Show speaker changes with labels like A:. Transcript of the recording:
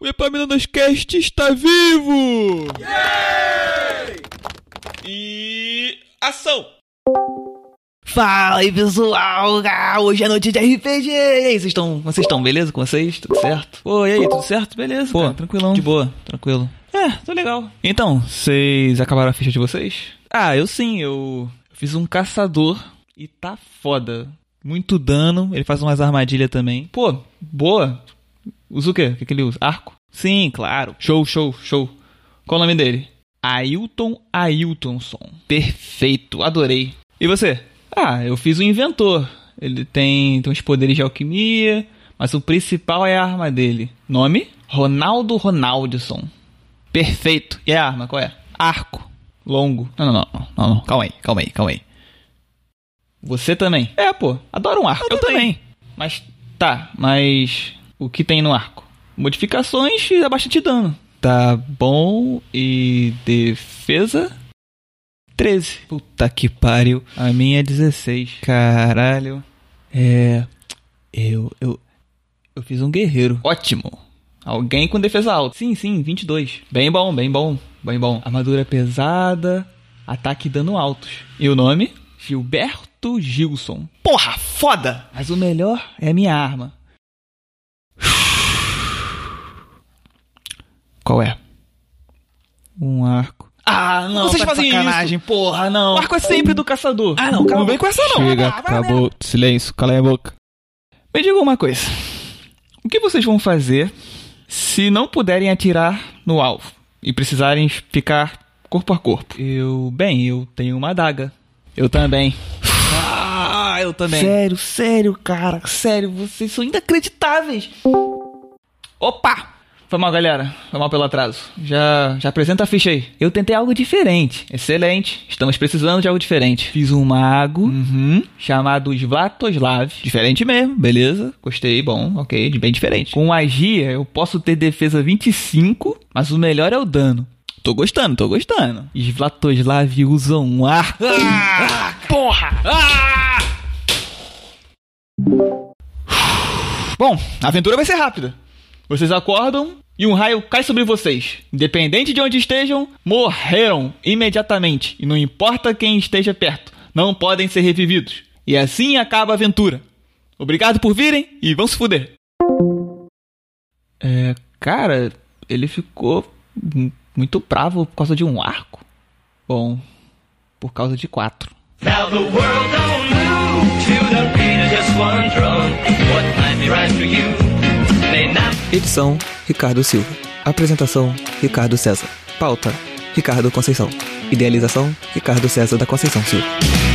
A: O Epaminadas Cast está vivo! E. Ação! Fala aí pessoal, Ah, hoje é noite de RPG! E aí, vocês estão vocês estão beleza com vocês? Tudo certo? Pô, e aí, tudo certo? Beleza, Pô,
B: cara,
A: tranquilão. De boa, tranquilo. É, tô legal. Então, vocês acabaram a ficha de vocês? Ah, eu sim, eu fiz um caçador e tá foda. Muito dano, ele faz umas armadilhas também. Pô, boa. Usa o quê? O que, que ele usa? Arco? Sim, claro. Show, show, show. Qual o nome dele? Ailton Ailtonson. Perfeito, adorei. E você? Ah, eu fiz o inventor. Ele tem, tem uns poderes de alquimia, mas o principal é a arma dele. Nome? Ronaldo Ronaldson. Perfeito. E a arma, qual é? Arco. Longo. Não, não, não, não, não. Calma aí, calma aí, calma aí. Você também. É, pô. Adoro um arco. Eu, também. Mas tá, mas o que tem no arco? Modificações e dá bastante dano. Tá bom. E defesa? 13. Puta que pariu. A minha é 16. Caralho. É. Eu. Eu. Eu fiz um guerreiro. Ótimo. Alguém com defesa alta. Sim, sim, 22. Bem bom, bem bom, bem bom. Armadura pesada, ataque e dano altos. E o nome? Gilberto Gilson. Porra, Ah, foda! Mas o melhor é a minha arma. Qual é? Um arco. Ah, não,
B: Vocês fazem isso?
A: porra, não. O arco é sempre do caçador. Ah, não, calma. Não vem com essa, não.
B: Chega,
A: Vai, vai, vai.
B: acabou. Silêncio, cala aí a boca.
A: Me diga uma coisa. O que vocês vão fazer se não puderem atirar no alvo e precisarem ficar corpo a corpo? Eu, bem, eu tenho uma adaga. Eu também. Ah, eu também. Sério, sério, cara, sério, vocês são inacreditáveis. Opa! Foi mal, galera. Foi mal pelo atraso. Já, já apresenta a ficha aí. Eu tentei algo diferente. Excelente. Estamos precisando de algo diferente. Fiz um mago chamado Svlatoslav. Diferente mesmo, beleza. Gostei, bom, ok, de bem diferente. Com magia, eu posso ter defesa 25, mas o melhor é o dano. Tô gostando, tô gostando. Svlatoslav usa um ar. Ah, porra! Ah! Bom, a aventura vai ser rápida. Vocês acordam e um raio cai sobre vocês. Independente de onde estejam, morreram imediatamente. E não importa quem esteja perto, não podem ser revividos. E assim acaba a aventura. Obrigado por virem e vão se fuder. É, cara, ele ficou mu- muito bravo por causa de um arco. Bom, por causa de quatro.
C: Now the world don't move to the beat of just one drum. What might be right for you may not
D: Edição: Ricardo Silva. Apresentação: Ricardo César. Pauta: Ricardo Conceição. Idealização: Ricardo César da Conceição Silva.